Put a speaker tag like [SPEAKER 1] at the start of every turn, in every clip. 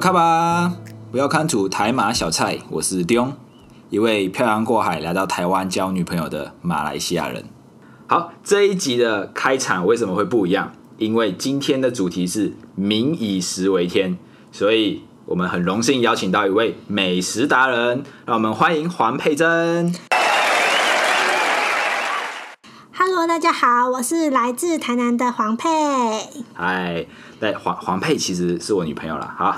[SPEAKER 1] 看吧，不要看主台马小菜，我是 Dion，一位漂洋过海来到台湾交女朋友的马来西亚人。好，这一集的开场为什么会不一样？因为今天的主题是“民以食为天”，所以我们很荣幸邀请到一位美食达人，让我们欢迎黄佩珍。
[SPEAKER 2] Hello，大家好，我是来自台南的黄佩。
[SPEAKER 1] 哎，对，黄黄佩其实是我女朋友啦。好，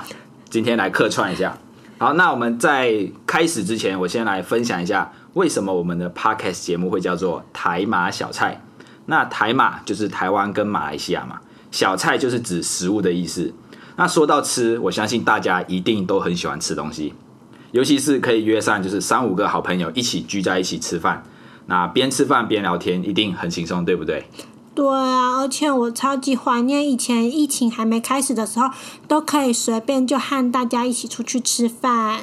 [SPEAKER 1] 今天来客串一下。好，那我们在开始之前，我先来分享一下为什么我们的 podcast 节目会叫做台马小菜。那台马就是台湾跟马来西亚嘛，小菜就是指食物的意思。那说到吃，我相信大家一定都很喜欢吃东西，尤其是可以约上就是三五个好朋友一起聚在一起吃饭，那边吃饭边聊天，一定很轻松，对不对？
[SPEAKER 2] 对啊，而且我超级怀念以前疫情还没开始的时候，都可以随便就和大家一起出去吃饭。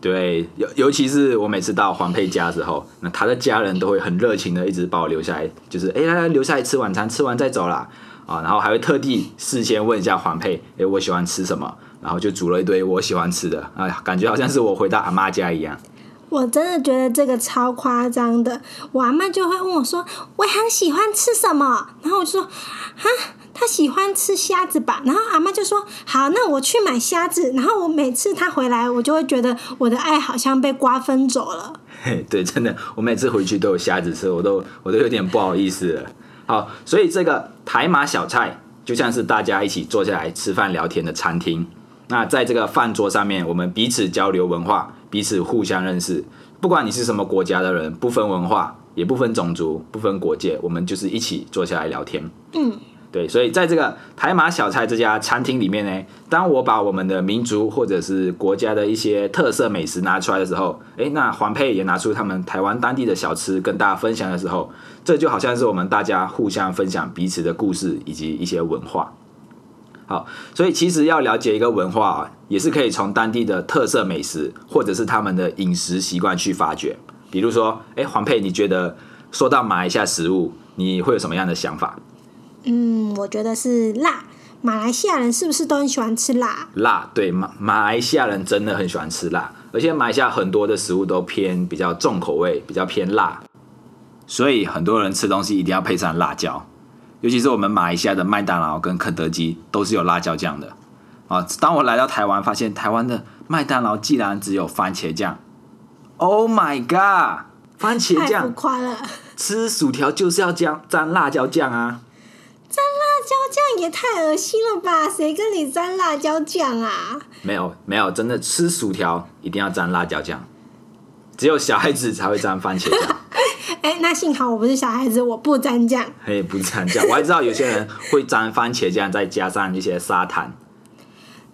[SPEAKER 1] 对，尤尤其是我每次到黄佩家之后，那他的家人都会很热情的一直把我留下来，就是哎，来来留下来吃晚餐，吃完再走啦啊，然后还会特地事先问一下黄佩，哎，我喜欢吃什么，然后就煮了一堆我喜欢吃的，哎呀，感觉好像是我回到阿妈家一样。
[SPEAKER 2] 我真的觉得这个超夸张的，我阿妈就会问我说：“我很喜欢吃什么？”然后我就说：“哈，她喜欢吃虾子吧？”然后阿妈就说：“好，那我去买虾子。”然后我每次她回来，我就会觉得我的爱好像被瓜分走了。
[SPEAKER 1] 嘿， 对，真的，我每次回去都有虾子吃，我都我都有点不好意思了。好，所以这个台马小菜就像是大家一起坐下来吃饭聊天的餐厅。那在这个饭桌上面，我们彼此交流文化，彼此互相认识。不管你是什么国家的人，不分文化，也不分种族，不分国界，我们就是一起坐下来聊天。
[SPEAKER 2] 嗯，
[SPEAKER 1] 对，所以在这个台马小菜这家餐厅里面呢，当我把我们的民族或者是国家的一些特色美食拿出来的时候，诶，那黄佩也拿出他们台湾当地的小吃跟大家分享的时候，这就好像是我们大家互相分享彼此的故事以及一些文化。好，所以其实要了解一个文化啊，也是可以从当地的特色美食或者是他们的饮食习惯去发掘。比如说，诶，黄佩，你觉得说到马来西亚食物，你会有什么样的想法？
[SPEAKER 2] 嗯，我觉得是辣。马来西亚人是不是都很喜欢吃辣？
[SPEAKER 1] 辣，对马马来西亚人真的很喜欢吃辣，而且马来西亚很多的食物都偏比较重口味，比较偏辣，所以很多人吃东西一定要配上辣椒，尤其是我们马来西亚的麦当劳跟肯德基都是有辣椒酱的啊。当我来到台湾，发现台湾的麦当劳竟然只有番茄酱，Oh my god！番茄
[SPEAKER 2] 太浮
[SPEAKER 1] 酱
[SPEAKER 2] 夸了，
[SPEAKER 1] 吃薯条就是要酱沾辣椒酱啊！
[SPEAKER 2] 沾辣椒酱也太恶心了吧！谁跟你沾辣椒酱啊？
[SPEAKER 1] 没有没有，真的吃薯条一定要沾辣椒酱，只有小孩子才会沾番茄酱，
[SPEAKER 2] 哎、那幸好我不是小孩子，我不沾酱。
[SPEAKER 1] 嘿，不沾酱。我还知道有些人会沾番茄酱，再加上一些沙糖。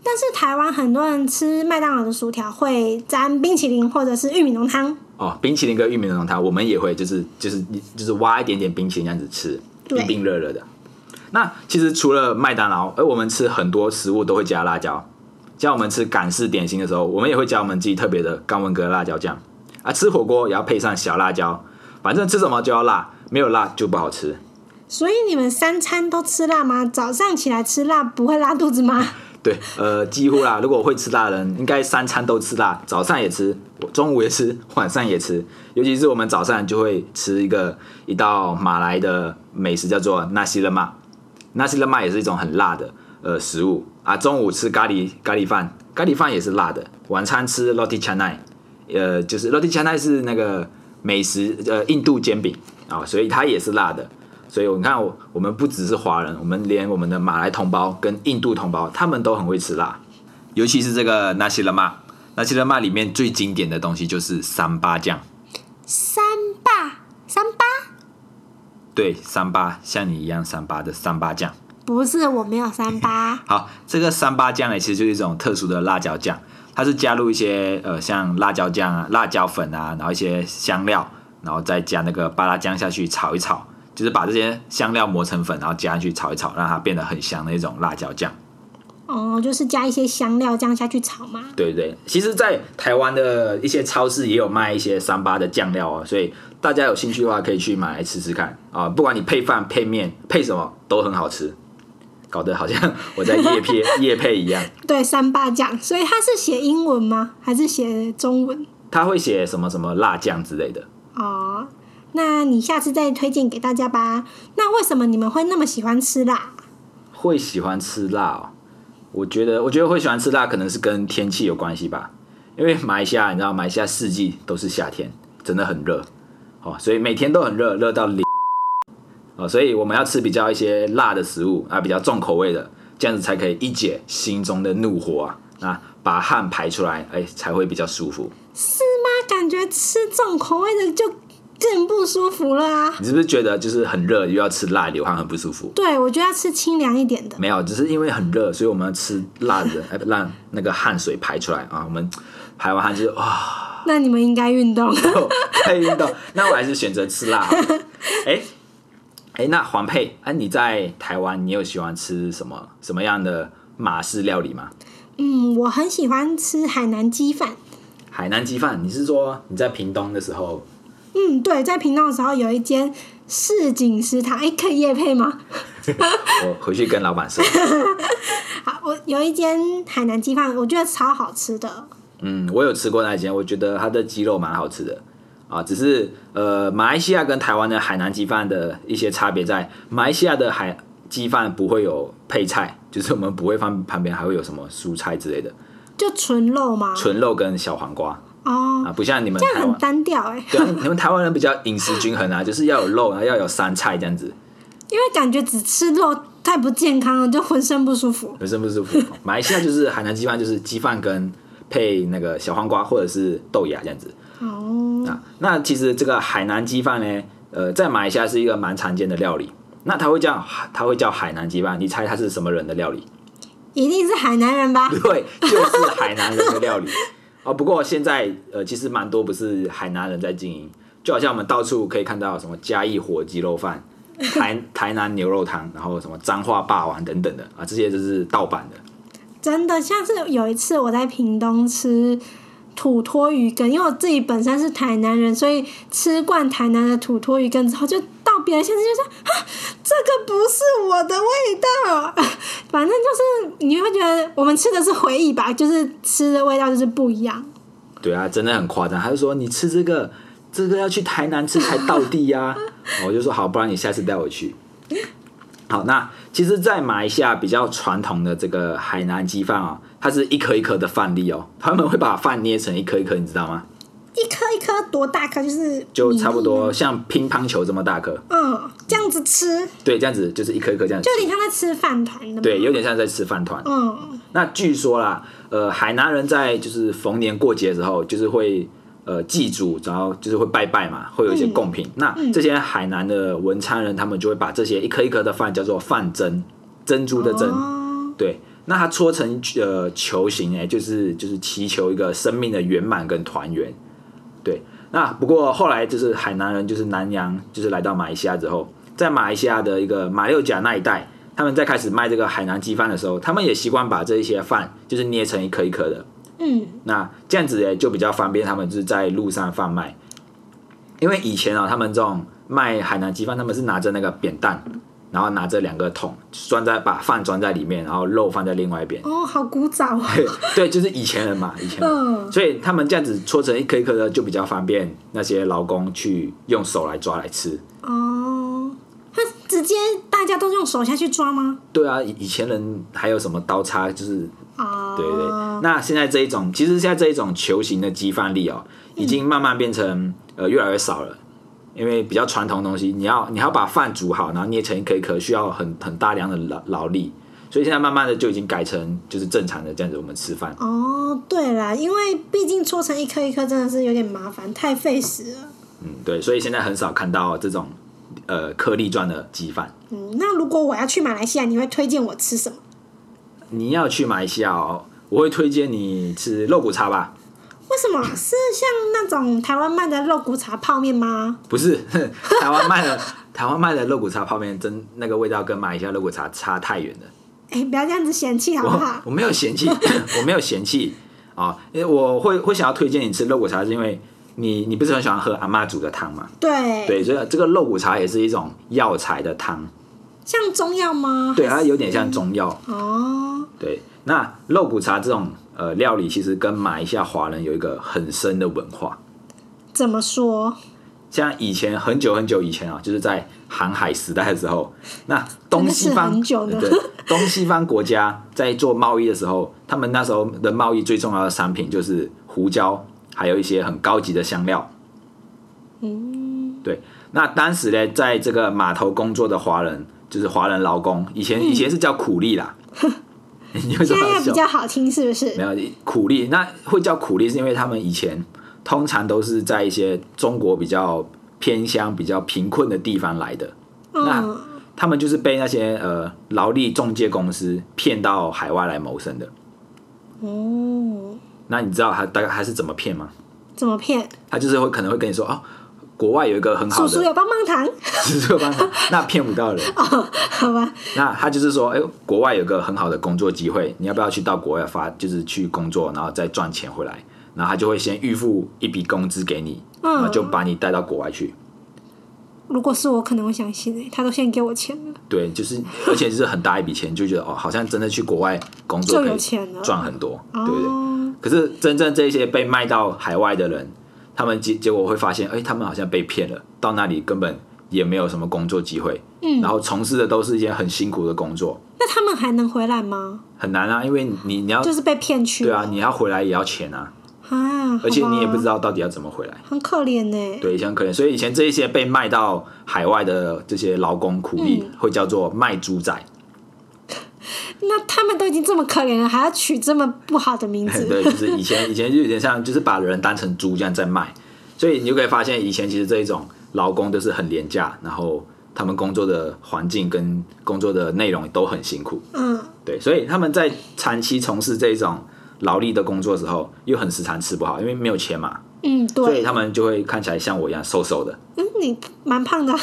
[SPEAKER 2] 但是台湾很多人吃麦当劳的薯条会沾冰淇淋或者是玉米浓汤，
[SPEAKER 1] 哦，冰淇淋跟玉米浓汤，我们也会就是就是就是挖一点点冰淇淋这样子吃，
[SPEAKER 2] 对
[SPEAKER 1] 冰冰热热的。那其实除了麦当劳，而我们吃很多食物都会加辣椒，像我们吃港式点心的时候，我们也会加我们自己特别的高文格辣椒酱啊。吃火锅也要配上小辣椒，反正吃什么就要辣，没有辣就不好吃。
[SPEAKER 2] 所以你们三餐都吃辣吗？早上起来吃辣不会拉肚子吗？
[SPEAKER 1] 对，呃，几乎啦。如果会吃辣的人，应该三餐都吃辣，早上也吃，中午也吃， 晚上也吃。尤其是我们早上就会吃一个一道马来的美食，叫做纳西勒玛。纳西勒玛也是一种很辣的呃食物啊。中午吃咖喱咖喱饭，咖喱饭也是辣的。晚餐吃 roti canai，呃，就是 roti canai 是那个美食呃印度煎饼啊，所以它也是辣的。所以我你看，我我们不只是华人，我们连我们的马来同胞跟印度同胞，他们都很会吃辣，尤其是这个纳西勒玛。纳西勒玛里面最经典的东西就是三八酱，
[SPEAKER 2] 三八三八
[SPEAKER 1] 对，三八像你一样三八的三八酱。
[SPEAKER 2] 不是我没有三八
[SPEAKER 1] 好，这个三八酱呢，其实就是一种特殊的辣椒酱，它是加入一些呃像辣椒酱啊、辣椒粉啊，然后一些香料，然后再加那个巴拉酱下去炒一炒，就是把这些香料磨成粉，然后加进去炒一炒，让它变得很香的一种辣椒酱。
[SPEAKER 2] 哦，就是加一些香料这样下去炒吗？
[SPEAKER 1] 对对，其实，在台湾的一些超市也有卖一些三八的酱料哦，所以大家有兴趣的话可以去买来吃吃看啊、不管你配饭、配面、配什么都很好吃。搞得好像我在夜 配夜配一样。
[SPEAKER 2] 对，三八酱，所以他是写英文吗？还是写中文？
[SPEAKER 1] 他会写什么什么辣酱之类的。
[SPEAKER 2] 哦，那你下次再推荐给大家吧。那为什么你们会那么喜欢吃辣？啊
[SPEAKER 1] 会喜欢吃辣哦，我觉得，我觉得会喜欢吃辣，可能是跟天气有关系吧。因为马来西亚，你知道，马来西亚四季都是夏天，真的很热，哦，所以每天都很热，热到零，哦，所以我们要吃比较一些辣的食物啊，比较重口味的，这样子才可以一解心中的怒火啊，啊，把汗排出来，哎，才会比较舒服。
[SPEAKER 2] 是吗？感觉吃重口味的就更不舒服了啊。
[SPEAKER 1] 你是不是觉得就是很热又要吃辣，流汗很不舒服？
[SPEAKER 2] 对，我觉得要吃清凉一点的。
[SPEAKER 1] 没有，只是因为很热，所以我们要吃辣的， 哎，让那个汗水排出来啊。我们 排完汗就是哇，
[SPEAKER 2] 那你们应该运动。
[SPEAKER 1] 太运动。 那我还是选择吃辣好了。哎哎，那黄佩，哎、你在台湾，你有喜欢吃什么什么样的马式料理吗？
[SPEAKER 2] 嗯，我很喜欢吃海南鸡饭。
[SPEAKER 1] 海南鸡饭，你是说你在屏东的时候？
[SPEAKER 2] 嗯，对，在屏东的时候有一间市井食堂，哎，可以夜配吗？
[SPEAKER 1] 我回去跟老板说。
[SPEAKER 2] 好，我有一间海南鸡饭，我觉得超好吃的。
[SPEAKER 1] 嗯，我有吃过那一间，我觉得它的鸡肉蛮好吃的啊。只是呃，马来西亚跟台湾的海南鸡饭的一些差别在，马来西亚的海鸡饭不会有配菜，就是我们不会放旁边还会有什么蔬菜之类的，
[SPEAKER 2] 就纯肉吗？
[SPEAKER 1] 纯肉跟小黄瓜
[SPEAKER 2] 哦，
[SPEAKER 1] 啊，不像你们
[SPEAKER 2] 这样
[SPEAKER 1] 台
[SPEAKER 2] 很
[SPEAKER 1] 湾，
[SPEAKER 2] 单调哎、
[SPEAKER 1] 对啊，你们台湾人比较饮食均衡啊，就是要有肉，然后要有三菜这样子，
[SPEAKER 2] 因为感觉只吃肉太不健康了，就浑身不舒服。
[SPEAKER 1] 有身不舒 服。马来西亚就是海南鸡饭，就是鸡饭跟配那个小黄瓜或者是豆芽这样子。
[SPEAKER 2] 哦，
[SPEAKER 1] 啊，那其实这个海南鸡饭呢，呃，在马来西亚是一个蛮常见的料理。那它会叫它会叫海南鸡饭，你猜它是什么人的料理？
[SPEAKER 2] 一定是海南人吧？
[SPEAKER 1] 对，就是海南人的料理。哦，不过现在呃，其实蛮多不是海南人在经营，就好像我们到处可以看到什么嘉义火鸡肉饭、台台南牛肉汤，然后什么彰化霸王等等的啊，这些就是盗版的。
[SPEAKER 2] 真的，像是有一次我在屏东吃土托鱼羹，因为我自己本身是台南人，所以吃惯台南的土托鱼羹之后，就到别人县市就说啊，这个不是我的味道。 反正就是你会觉得我们吃的是回忆吧，就是吃的味道就是不一样。
[SPEAKER 1] 对啊，真的很夸张。他就说你吃这个，这个要去台南吃才到地呀、 我就说好，不然你下次带我去。好，那其实，在马来西亚比较传统的这个海南鸡饭啊、它是一颗一颗的饭粒哦，他们会把饭捏成一颗一颗，你知道吗？
[SPEAKER 2] 一颗一颗多大颗？就是
[SPEAKER 1] 就差不
[SPEAKER 2] 米粒吗。
[SPEAKER 1] 多像乒乓球这么大颗，
[SPEAKER 2] 嗯，这样子吃，
[SPEAKER 1] 对，这样子就是一颗一颗这样子
[SPEAKER 2] 就有，点像在吃饭团的嘛。
[SPEAKER 1] 对，有点像在吃饭团。
[SPEAKER 2] 嗯，
[SPEAKER 1] 那据说啦，呃，海南人在就是逢年过节的时候，就是会呃祭祖，然后就是会拜拜嘛，会有一些贡品。那这些海南的文昌人，他们就会把这些一颗一颗的饭叫做饭珍，珍珠的珍，
[SPEAKER 2] 哦，
[SPEAKER 1] 对。那它搓成呃球形，哎，就是就是祈求一个生命的圆满跟团圆，对。那不过后来就是海南人，就是南洋，就是来到马来西亚之后，在马来西亚的一个马六甲那一带，他们在开始卖这个海南鸡饭的时候，他们也习惯把这一些饭就是捏成一颗一颗的，
[SPEAKER 2] 嗯，
[SPEAKER 1] 那这样子也就比较方便他们就是在路上贩卖，因为以前啊，他们这种卖海南鸡饭，他们是拿着那个扁担，然后拿着两个桶装在把饭装在里面，然后肉放在另外一边。
[SPEAKER 2] 哦，好古早啊。
[SPEAKER 1] 对对，就是以前人嘛，以前人，
[SPEAKER 2] 嗯
[SPEAKER 1] 所以他们这样子搓成一颗一颗的，就比较方便那些劳工去用手来抓来吃。
[SPEAKER 2] 哦，他直接大家都用手下去抓吗？
[SPEAKER 1] 对啊，以以前人还有什么刀叉，就是
[SPEAKER 2] 哦，
[SPEAKER 1] 对对，那现在这一种，其实现在这一种球形的鸡饭粒哦，已经慢慢变成呃越来越少了，因为比较传统的东西，你要你还要把饭煮好，然后捏成一颗一颗，需要很很大量的劳劳力，所以现在慢慢的就已经改成就是正常的这样子我们吃饭。
[SPEAKER 2] 哦，对啦，因为毕竟搓成一颗一颗真的是有点麻烦，太费时了。
[SPEAKER 1] 嗯，对，所以现在很少看到这种呃颗粒状的鸡饭。
[SPEAKER 2] 嗯，那如果我要去马来西亚，你会推荐我吃什么？
[SPEAKER 1] 你要去马来西亚哦，我会推荐你吃肉骨茶吧。
[SPEAKER 2] 为什么是像那种台湾卖的肉骨茶泡面吗？
[SPEAKER 1] 不是 台湾卖的，台湾卖的肉骨茶泡面真那个味道跟马来西亚肉骨茶差太远了。
[SPEAKER 2] 哎，不要这样子嫌弃 好不
[SPEAKER 1] 我
[SPEAKER 2] 好？
[SPEAKER 1] 我没有 嫌弃，我没有嫌弃啊，因为我会会想要推荐你吃肉骨茶，是因为你你不是很喜欢喝阿妈煮的汤嘛？
[SPEAKER 2] 对，
[SPEAKER 1] 对，所以这个肉骨茶也是一种药材的汤，
[SPEAKER 2] 像中药吗？
[SPEAKER 1] 对，
[SPEAKER 2] 还
[SPEAKER 1] 它
[SPEAKER 2] 是
[SPEAKER 1] 有点像中药。
[SPEAKER 2] 哦，
[SPEAKER 1] 对，那肉骨茶这种呃料理，其实跟马来西亚华人有一个很深的文化。
[SPEAKER 2] 怎么说？
[SPEAKER 1] 像以前很久很久以前啊，就是在航海时代的时 候，那东西
[SPEAKER 2] 真的是
[SPEAKER 1] 方
[SPEAKER 2] 很久呢
[SPEAKER 1] 对东西方国家在做贸易的时候，他们那时候的贸易最重要的商品就是胡椒，还有一些很高级的香料。嗯，对。那当时呢，在这个码头工作的华人，就是华人劳工，以前以前是叫苦力 啦。你为什
[SPEAKER 2] 现
[SPEAKER 1] 么
[SPEAKER 2] 在
[SPEAKER 1] 要
[SPEAKER 2] 比
[SPEAKER 1] 笑？
[SPEAKER 2] 较好听是不
[SPEAKER 1] 没
[SPEAKER 2] 是？
[SPEAKER 1] 有苦力，那会叫苦力是因为他们以前通常都是在一些中国比较偏乡、比较贫困的地方来的，那
[SPEAKER 2] 嗯，
[SPEAKER 1] 他们就是被那些呃劳力中介公司骗到海外来谋生的。
[SPEAKER 2] 哦，
[SPEAKER 1] 那你知道他大概他是怎么骗吗？
[SPEAKER 2] 怎么骗？
[SPEAKER 1] 他就是会可能会跟你说哦，国外有一个很好
[SPEAKER 2] 叔叔
[SPEAKER 1] 的
[SPEAKER 2] 有棒棒糖，
[SPEAKER 1] 叔叔帮他，那骗不到人。
[SPEAKER 2] 哦好吧？
[SPEAKER 1] 那他就是说，哎、国外有个很好的工作机会，你要不要去到国外发，就是去工作，然后再赚钱回来？然后他就会先预付一笔工资给你，
[SPEAKER 2] 嗯
[SPEAKER 1] 然后就把你带到国外去。
[SPEAKER 2] 如果是我，可能会相信诶、欸他都先给我钱了，
[SPEAKER 1] 对，就是而且就是很大一笔钱，就觉得哦，好像真的去国外工作
[SPEAKER 2] 就
[SPEAKER 1] 可
[SPEAKER 2] 有
[SPEAKER 1] 以
[SPEAKER 2] 钱了
[SPEAKER 1] 赚很多，对不对？
[SPEAKER 2] 哦，
[SPEAKER 1] 可是真正这些被卖到海外的人，他们结结果会发现，哎、他们好像被骗了，到那里根本也没有什么工作机会，
[SPEAKER 2] 嗯
[SPEAKER 1] 然后从事的都是一些很辛苦的工作，
[SPEAKER 2] 那他们还能回来吗？
[SPEAKER 1] 很难啊，因为你你要
[SPEAKER 2] 就是被骗去
[SPEAKER 1] 对
[SPEAKER 2] 了
[SPEAKER 1] 啊，你要回来也要钱啊，
[SPEAKER 2] 啊，
[SPEAKER 1] 而且你也不知
[SPEAKER 2] 道，
[SPEAKER 1] 道到底要怎么回来。
[SPEAKER 2] 很可怜欸呢、
[SPEAKER 1] 对，以前很可怜，所以以前这一些被卖到海外的这些劳工苦力，
[SPEAKER 2] 嗯
[SPEAKER 1] 会叫做卖猪仔。
[SPEAKER 2] 那他们都已经这么可怜了，还要取这么不好的名字，
[SPEAKER 1] 对，就是以前以前就有点像，就是把人当成猪这样在卖。所以你就可以发现，以前其实这一种劳工就是很廉价，然后他们工作的环境跟工作的内容都很辛苦。
[SPEAKER 2] 嗯，
[SPEAKER 1] 对，所以他们在长期从事这种劳力的工作的时候，又很时常吃不好，因为没有钱嘛，
[SPEAKER 2] 嗯，
[SPEAKER 1] 所以
[SPEAKER 2] 对，
[SPEAKER 1] 他们就会看起来像我一样瘦瘦的。
[SPEAKER 2] 嗯，你蛮胖的啊，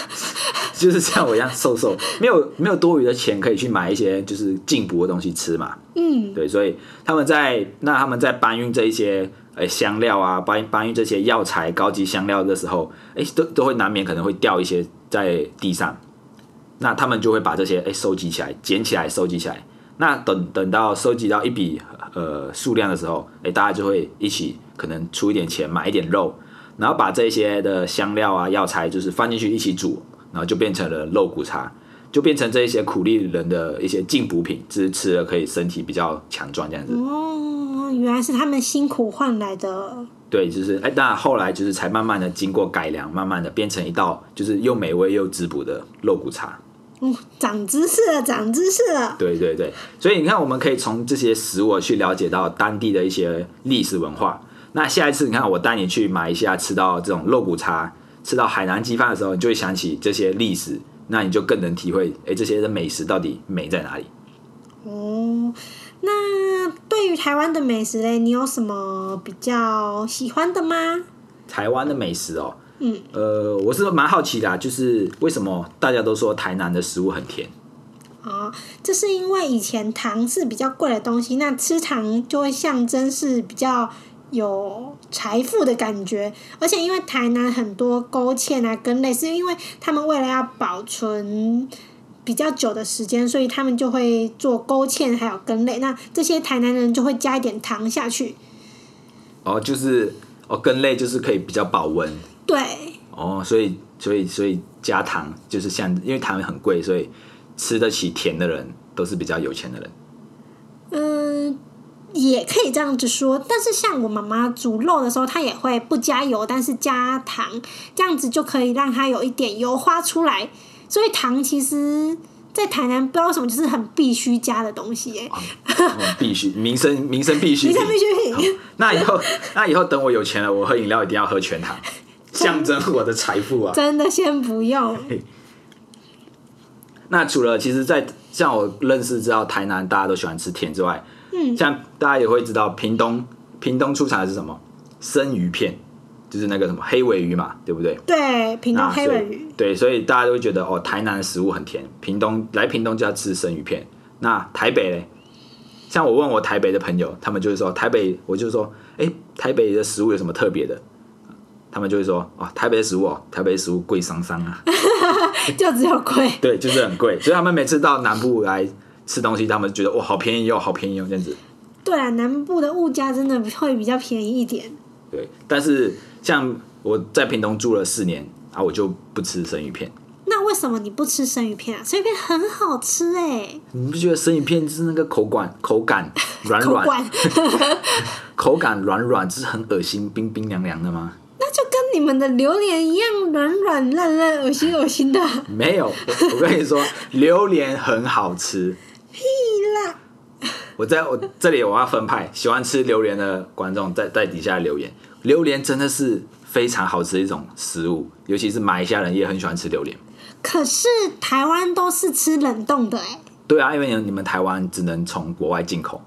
[SPEAKER 1] 就是像我一样瘦瘦，没有没有多余的钱可以去买一些就是进补的东西吃嘛。
[SPEAKER 2] 嗯，
[SPEAKER 1] 对，所以他们在那他们在搬运这一些呃香料啊，搬搬运这些药材、高级香料的时候，哎、都都会难免可能会掉一些在地上。那他们就会把这些哎收集起来、捡起来、收集起来。那等等到收集到一笔呃数量的时候，哎，大家就会一起可能出一点钱买一点肉，然后把这些的香料啊、药材就是放进去一起煮，然后就变成了肉骨茶，就变成这一些苦力人的一些进补品，就是吃了可以身体比较强壮这样子。
[SPEAKER 2] 哦，原来是他们辛苦换来的，
[SPEAKER 1] 对，就是哎，那后来就是才慢慢的经过改良，慢慢的变成一道就是又美味又滋补的肉骨茶。
[SPEAKER 2] 嗯，长知识了，长知识了，
[SPEAKER 1] 对对对，所以你看，我们可以从这些食物去了解到当地的一些历史文化。那下一次你看我带你去马来西亚吃到这种肉骨茶，吃到海南鸡饭的时候，你就会想起这些历史，那你就更能体会，哎，这些的美食到底美在哪里？
[SPEAKER 2] 哦，那对于台湾的美食嘞，你有什么比较喜欢的吗？
[SPEAKER 1] 台湾的美食哦，
[SPEAKER 2] 嗯，
[SPEAKER 1] 呃，我是蛮好奇的啊、就是为什么大家都说台南的食物很甜？
[SPEAKER 2] 哦，这是因为以前糖是比较贵的东西，那吃糖就会象征是比较有财富的感觉，而且因为台南很多勾芡啊跟类似，因为他们为了要保存。比较久的时间，所以他们就会做勾芡，还有羹类。那这些台南人就会加一点糖下去，
[SPEAKER 1] 哦，就是哦，根类就是可以比较保温
[SPEAKER 2] 对，
[SPEAKER 1] 哦，所以所以所以加糖就是像，因为糖很贵，所以吃得起甜的人都是比较有钱的人。
[SPEAKER 2] 嗯，也可以这样子说，但是像我妈妈煮肉的时候，她也会不加油，但是加糖，这样子就可以让它有一点油花出来。所以糖其实，在台南不知道为什么就是很必须加的东西耶，
[SPEAKER 1] 哦、必须民生民生必需
[SPEAKER 2] 你
[SPEAKER 1] 品哦
[SPEAKER 2] 这。必须品，
[SPEAKER 1] 那以后那以后等我有钱了，我喝饮料一定要喝全糖，象征我的财富 啊。
[SPEAKER 2] 真的先不用。
[SPEAKER 1] 那除了其实在，像我认识知道台南大家都喜欢吃甜之外，嗯，像大家也会知道屏东屏东出产的是什么生鱼片，就是那个什么黑尾鱼嘛，对不对？
[SPEAKER 2] 对，屏东
[SPEAKER 1] 那
[SPEAKER 2] 黑
[SPEAKER 1] 所以
[SPEAKER 2] 尾鱼，
[SPEAKER 1] 对，所以大家都会觉得哦，台南的食物很甜，屏东来屏东就要吃生鱼片。那台北嘞？像我问我台北的朋友，他们就是说台北，我就说，哎、台北的食物有什么特别的？他们就会说哦，台北的食物哦，台北的食物贵桑桑 啊，
[SPEAKER 2] 就只有贵。
[SPEAKER 1] 对，就是很贵。所以他们每次到南部来吃东西，他们觉得哇，好便宜哦，好便宜哦，这样子。
[SPEAKER 2] 对啊，南部的物价真的会比较便宜一点。
[SPEAKER 1] 对，但是像我在屏东住了四年啊，我就不吃生鱼片。
[SPEAKER 2] 那为什么你不吃生鱼片啊？生鱼片很好吃哎、
[SPEAKER 1] 你不觉得生鱼片是那个口感口感软
[SPEAKER 2] 口
[SPEAKER 1] 软，
[SPEAKER 2] 感，
[SPEAKER 1] 口感软软，就是很恶心，冰冰凉凉的吗？
[SPEAKER 2] 那就跟你们的榴莲一样软软烂烂、恶心恶心的。
[SPEAKER 1] 没有，我我跟你 说，榴莲很好吃。
[SPEAKER 2] 屁啦！
[SPEAKER 1] 我在我这里我要分派，喜欢吃榴莲的观众在在底下留言，榴莲真的是非常好吃的一种食物，尤其是马来西亚人也很喜欢吃榴莲。
[SPEAKER 2] 可是台湾都是吃冷冻的哎、
[SPEAKER 1] 对啊，因为你你们台湾只能从国外进口，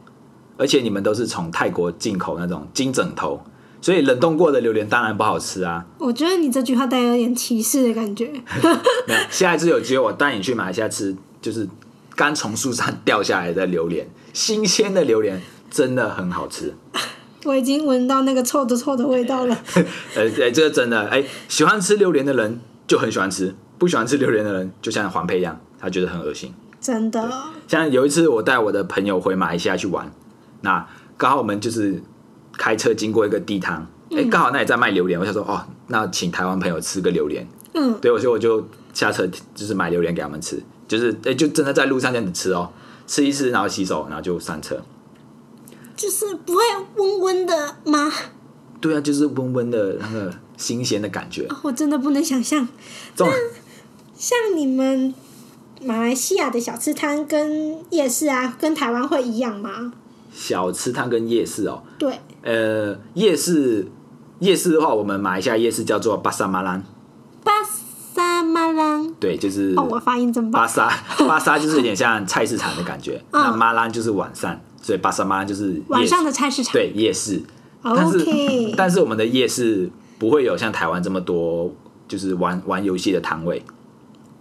[SPEAKER 1] 而且你们都是从泰国进口那种金枕头，所以冷冻过的榴莲当然不好吃啊。
[SPEAKER 2] 我觉得你这句话带有点歧视的感觉。
[SPEAKER 1] 没有，下一次有机会我带你去马来西亚吃，就是刚从树上掉下来的榴莲，新鲜的榴莲真的很好吃。
[SPEAKER 2] 我已经闻到那个臭的臭的味道了。
[SPEAKER 1] 呃，哎，这个真的，哎，喜欢吃榴莲的人就很喜欢吃，不喜欢吃榴莲的人就像黄佩一样，他觉得很恶心。
[SPEAKER 2] 真的，
[SPEAKER 1] 像有一次我带我的朋友回马来西亚去玩，那刚好我们就是开车经过一个地摊，哎，刚好那里在卖榴莲，我想说哦，那请台湾朋友吃个榴莲，
[SPEAKER 2] 嗯，
[SPEAKER 1] 对，我所以我就下车就是买榴莲给他们吃，就是哎，就真的在路上这样子吃哦，吃一吃，然后洗手，然后就上车。
[SPEAKER 2] 就是不会温温的吗？
[SPEAKER 1] 对啊，就是温温的那个新鲜的感觉，啊
[SPEAKER 2] 我真的不能想象，
[SPEAKER 1] 这种
[SPEAKER 2] 像你们马来西亚的小吃摊跟夜市啊，跟台湾会一样吗？
[SPEAKER 1] 小吃摊跟夜市哦，
[SPEAKER 2] 对，
[SPEAKER 1] 呃，夜市夜市的话，我们马来西亚夜市叫做巴沙马兰，
[SPEAKER 2] 巴沙马朗。
[SPEAKER 1] 对，就是
[SPEAKER 2] 哦，我发音真
[SPEAKER 1] 巴
[SPEAKER 2] 棒。
[SPEAKER 1] 沙巴沙就是有点像菜市场的感觉，那马兰就是晚上，所以巴沙马兰就是夜
[SPEAKER 2] 嗯晚上的菜市场。
[SPEAKER 1] 对夜市，但是
[SPEAKER 2] OK，
[SPEAKER 1] 但是我们的夜市不会有像台湾这么多就是玩玩游戏的摊位，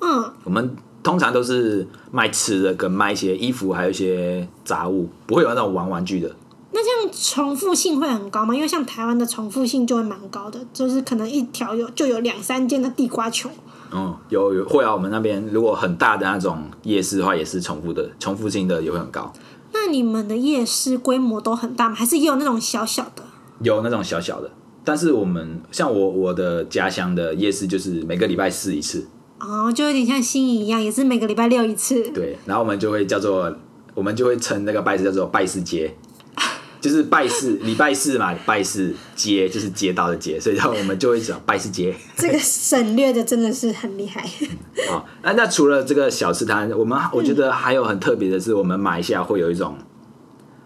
[SPEAKER 2] 嗯，
[SPEAKER 1] 我们通常都是卖吃的跟卖一些衣服，还有一些杂物，不会有那种玩玩具的。
[SPEAKER 2] 那这样重复性会很高吗？因为像台湾的重复性就会蛮高的，就是可能一条有就有两三间的地瓜球。
[SPEAKER 1] 嗯，有有会啊，我们那边如果很大的那种夜市的话，也是重复的，重复性的也会很高。
[SPEAKER 2] 那你们的夜市规模都很大吗？还是也有那种小小的？
[SPEAKER 1] 有那种小小的，但是我们像我我的家乡的夜市，就是每个礼拜四一次，
[SPEAKER 2] 哦，就有点像新颖一样，也是每个礼拜六一次。
[SPEAKER 1] 对，然后我们就会叫做，我们就会称那个拜四叫做拜四街，就是拜四礼拜四嘛，拜四街就是街道的街，所以叫我们就会讲拜四街。
[SPEAKER 2] 这个省略的真的是很厉害。
[SPEAKER 1] 啊，那那除了这个小吃摊，我们我觉得还有很特别的是，我们马来西亚会有一种，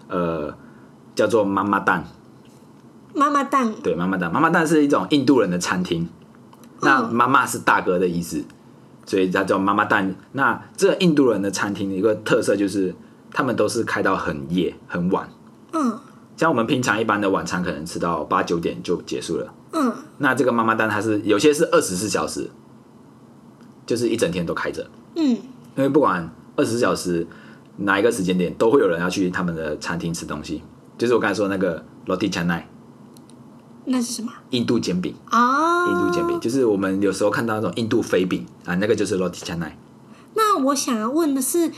[SPEAKER 1] 呃，叫做妈妈蛋，
[SPEAKER 2] 妈妈蛋
[SPEAKER 1] 对，妈妈蛋，妈妈蛋是一种印度人的餐厅，那
[SPEAKER 2] 嗯
[SPEAKER 1] 妈妈是大哥的意思，所以它叫妈妈蛋。那这个印度人的餐厅的一个特色就是，他们都是开到很夜很晚，
[SPEAKER 2] 嗯
[SPEAKER 1] 像我们平常一般的晚餐可能吃到八九点就结束了，
[SPEAKER 2] 嗯，
[SPEAKER 1] 那这个妈妈蛋它是有些是二十四小时，就是一整天都开着。
[SPEAKER 2] 嗯，
[SPEAKER 1] 因为不管二十四小时哪一个时间点，都会有人要去他们的餐厅吃东西。就是我刚才说那个 roti canai
[SPEAKER 2] 那是什么？
[SPEAKER 1] 印度煎饼，
[SPEAKER 2] 哦，
[SPEAKER 1] 印度煎饼、就是我们有时候看到那种印度飞饼啊，那个就是 roti canai。
[SPEAKER 2] 那我想要问的是，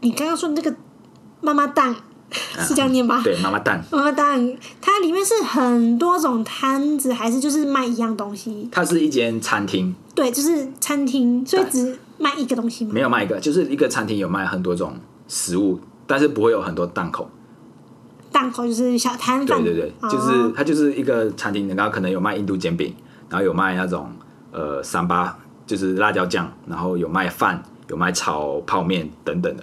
[SPEAKER 2] 你刚刚说的那个妈妈蛋
[SPEAKER 1] 啊
[SPEAKER 2] 是这样念吧？
[SPEAKER 1] 对，妈妈蛋，
[SPEAKER 2] 妈妈蛋，它里面是很多种摊子，还是就是卖一样东西？
[SPEAKER 1] 它是一间餐厅，
[SPEAKER 2] 对，就是餐厅，所以
[SPEAKER 1] 对
[SPEAKER 2] 只卖一个东西吗
[SPEAKER 1] 没？有卖一个，就是一个餐厅有卖很多种食物，但是不会有很多档口。
[SPEAKER 2] 档口就是小摊
[SPEAKER 1] 对
[SPEAKER 2] 贩，
[SPEAKER 1] 对对，
[SPEAKER 2] 哦
[SPEAKER 1] 就是它就是一个餐厅，然后可能有卖印度煎饼，然后有卖那种呃三八，就是辣椒酱，然后有卖饭，有卖炒泡面等等的。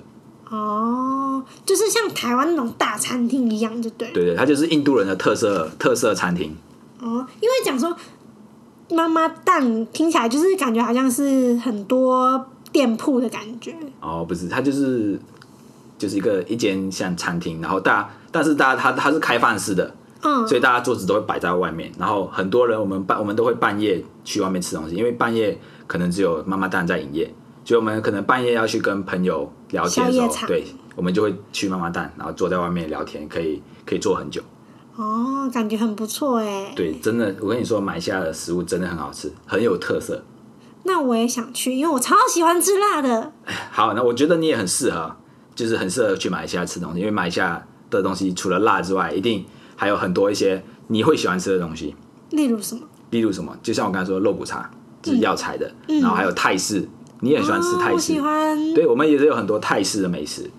[SPEAKER 2] 哦，就是像台湾那种大餐厅一样，就对了。
[SPEAKER 1] 对对，它就是印度人的特色特色餐厅。
[SPEAKER 2] 哦，因为讲说妈妈蛋听起来就是感觉好像是很多店铺的感觉，
[SPEAKER 1] 哦，不是，它就是就是一个一间像餐厅，然后大家但是大家它它是开放式的，
[SPEAKER 2] 嗯，
[SPEAKER 1] 所以大家桌子都会摆在外面，然后很多人我们半我们都会半夜去外面吃东西，因为半夜可能只有妈妈蛋在营业，所以我们可能半夜要去跟朋友聊天的时
[SPEAKER 2] 宵夜
[SPEAKER 1] 候，
[SPEAKER 2] 场
[SPEAKER 1] 对，我们就会去妈妈蛋，然后坐在外面聊天，可以可以坐很久。
[SPEAKER 2] 哦，感觉很不错哎。
[SPEAKER 1] 对，真的，我跟你说，马来西亚的食物真的很好吃，很有特色。
[SPEAKER 2] 那我也想去，因为我超喜欢吃辣的。
[SPEAKER 1] 好，那我觉得你也很适合，就是很适合去马来西亚吃东西，因为马来西亚的东西除了辣之外，一定还有很多一些你会喜欢吃的东西，
[SPEAKER 2] 例如什么？
[SPEAKER 1] 例如什么，就像我刚才说的肉骨茶，就是药材的，然后还有泰式，你也很喜欢吃
[SPEAKER 2] 嗯哦
[SPEAKER 1] 泰
[SPEAKER 2] 我
[SPEAKER 1] 式，
[SPEAKER 2] 喜欢。
[SPEAKER 1] 对我们也是有很多泰式的美食。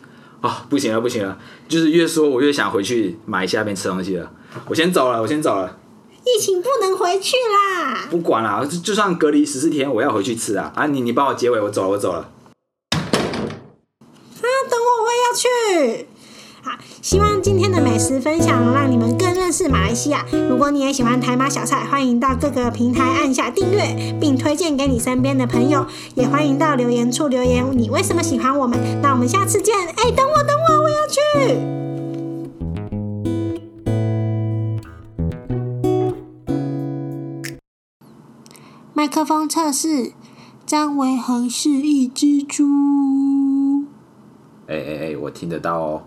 [SPEAKER 1] 哦，不行了，不行了，就是越说我越想回去马来西亚那边吃东西了。我先走了，我先走了，
[SPEAKER 2] 疫情不能回去啦。
[SPEAKER 1] 不管了，就就算隔离十四天，我要回去吃啊！啊，你你帮我结尾，我走了，我走了。
[SPEAKER 2] 啊，等我，我也要去。啊，希望今天的美食分享让你们更认识马来西亚。如果你也喜欢台马小菜，欢迎到各个平台按下订阅，并推荐给你身边的朋友。也欢迎到留言处留言你为什么喜欢我们。那我们下次见。哎，等我，等我，我要去。麦克风测试，张维恒是一只猪。
[SPEAKER 1] 哎哎哎，我听得到哦。